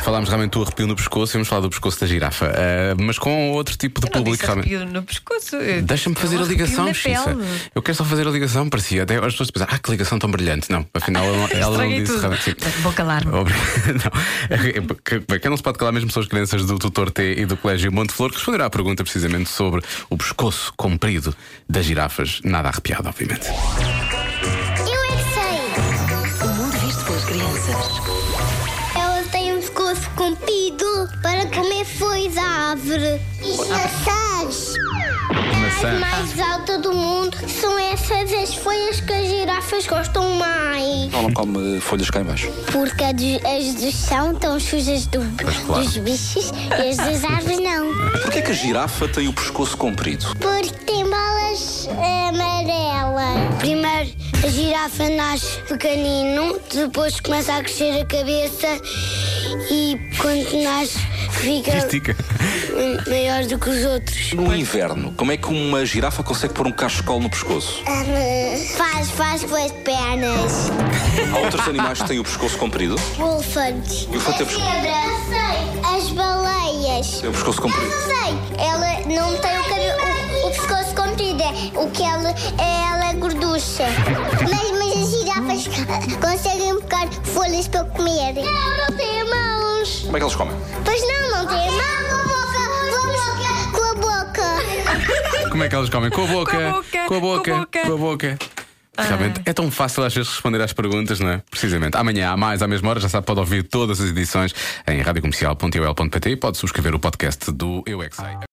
Falámos realmente do arrepio no pescoço, vamos falar do pescoço da girafa, ah, mas com outro tipo de Eu não público disse realmente. arrepio no pescoço. eu- Deixa-me eu fazer a arrepio ligação, na Xissa. pele. Eu quero só fazer a ligação, parecia. Até as pessoas pensaram, ah, que ligação tão brilhante. Não, afinal ela, ela não Estraguei disse tudo. realmente. sim. Vou calar-me. Obrigado. Não. Que- bem, que não se pode calar mesmo são as crianças do Tutor T e do Colégio Monte Flor que responderá à pergunta precisamente sobre o pescoço comprido das girafas. Nada arrepiado, obviamente. Eu é que sei! O mundo visto pelas crianças. Elas têm um pescoço comprido para comer folhas à árvore. E maçãs! Maçã. As mais altas do mundo são essas as folhas que as girafas gostam mais. Ela não come folhas cá em baixo. Porque a do- as do chão estão sujas do- claro. dos bichos e as das árvores não. Porquê que a girafa tem o pescoço comprido? Porque tem bolas amarelas. Primeiro a girafa nasce pequenino, depois começa a crescer a cabeça e quando nasce fica Estica. maior do que os outros. No inverno, como é que uma girafa consegue pôr um cachecol no pescoço? Faz, faz com as pernas. Há outros animais que têm o pescoço comprido? Elefantes. E o fato é As pesco- cebras. As baleias. Tem o pescoço Eu comprido. sei. Ela não tem o, cabelo, o, o pescoço comprido. é O que ela é, ela é gorducha. Mas, mas as girafas ah, conseguem pegar folhas para comer. Não, não tem mãos. Como é que eles comem? Pois não, não tem mãos. Com a boca, com a boca. Como é que elas comem? Com a boca, Com a boca, com a boca, com a boca. Ah. com a boca. Realmente é tão fácil às vezes responder às perguntas, não é? Precisamente. Amanhã, há mais, à mesma hora, já sabe, pode ouvir todas as edições em radiocomercial.ol.pt e pode subscrever o podcast do Eu É Que Sei.